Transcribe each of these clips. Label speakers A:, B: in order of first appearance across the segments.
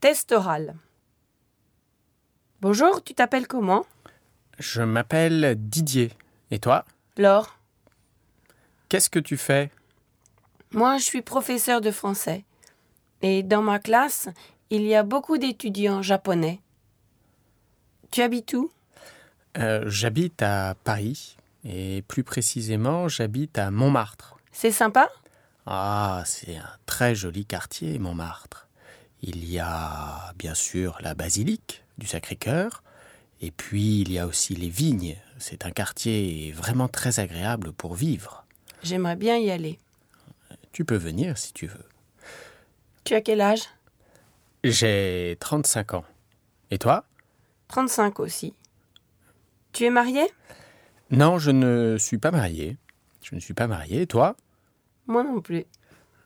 A: Test oral. Bonjour, tu t'appelles comment
B: Je m'appelle Didier. Et toi
A: Laure.
B: Qu'est-ce que tu fais
A: Moi, je suis professeur de français. Et dans ma classe, il y a beaucoup d'étudiants japonais. Tu habites où
B: Euh, J'habite à Paris. Et plus précisément, j'habite à Montmartre.
A: C'est sympa
B: Ah, c'est un très joli quartier, Montmartre. Il y a bien sûr la basilique du Sacré-Cœur, et puis il y a aussi les vignes. C'est un quartier vraiment très agréable pour vivre.
A: J'aimerais bien y aller.
B: Tu peux venir si tu veux.
A: Tu as quel âge
B: J'ai 35 ans. Et toi
A: 35 aussi. Tu es marié
B: Non, je ne suis pas marié. Je ne suis pas marié. Et toi
A: Moi non plus.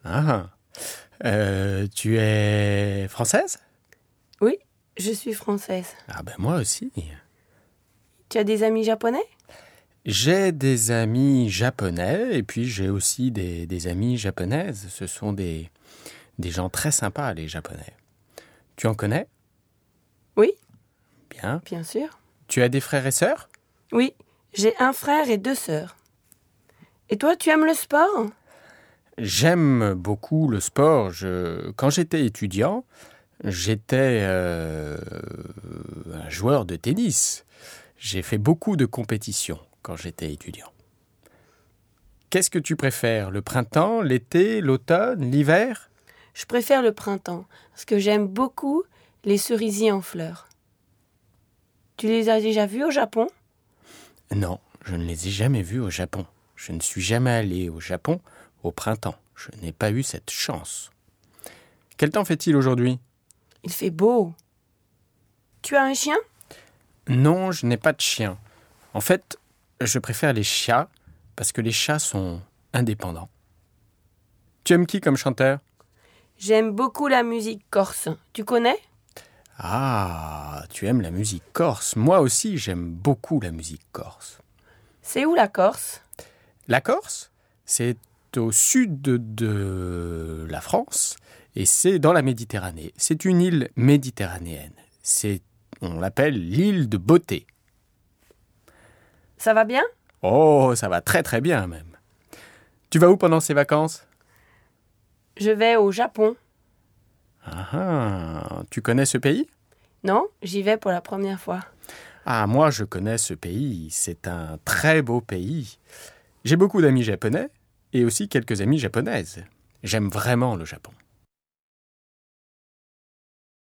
B: Ah. Euh, tu es française
A: Oui, je suis française.
B: Ah ben moi aussi.
A: Tu as des amis japonais
B: J'ai des amis japonais et puis j'ai aussi des, des amies japonaises. Ce sont des, des gens très sympas, les japonais. Tu en connais
A: Oui,
B: Bien.
A: bien sûr.
B: Tu as des frères et sœurs
A: Oui, j'ai un frère et deux sœurs. Et toi, tu aimes le sport
B: J'aime beaucoup le sport. Je- Quand j'étais étudiant, j'étais euh, un joueur de tennis. J'ai fait beaucoup de compétitions quand j'étais étudiant. Qu'est-ce que tu préfères Le printemps, l'été, l'automne, l'hiver
A: Je préfère le printemps, parce que j'aime beaucoup les cerisiers en fleurs. Tu les as déjà vus au Japon
B: Non, je ne les ai jamais vus au Japon. Je ne suis jamais allé au Japon au printemps. Je n'ai pas eu cette chance. Quel temps fait-il aujourd'hui
A: Il fait beau. Tu as un chien
B: Non, je n'ai pas de chien. En fait, je préfère les chats parce que les chats sont indépendants. Tu aimes qui comme chanteur
A: J'aime beaucoup la musique corse. Tu connais
B: Ah, tu aimes la musique corse. Moi aussi, j'aime beaucoup la musique corse.
A: C'est où la Corse
B: La Corse, c'est au sud de la France et c'est dans la Méditerranée. C'est une île méditerranéenne. C'est, on l'appelle l'île de beauté.
A: Ça va bien
B: Oh, ça va très très bien même. Tu vas où pendant ces vacances
A: Je vais au Japon.
B: Ah, ah, tu connais ce pays
A: Non, j'y vais pour la première fois.
B: Ah, moi je connais ce pays, c'est un très beau pays. J'ai beaucoup d'amis japonais et aussi quelques amies japonaises. J'aime vraiment le Japon.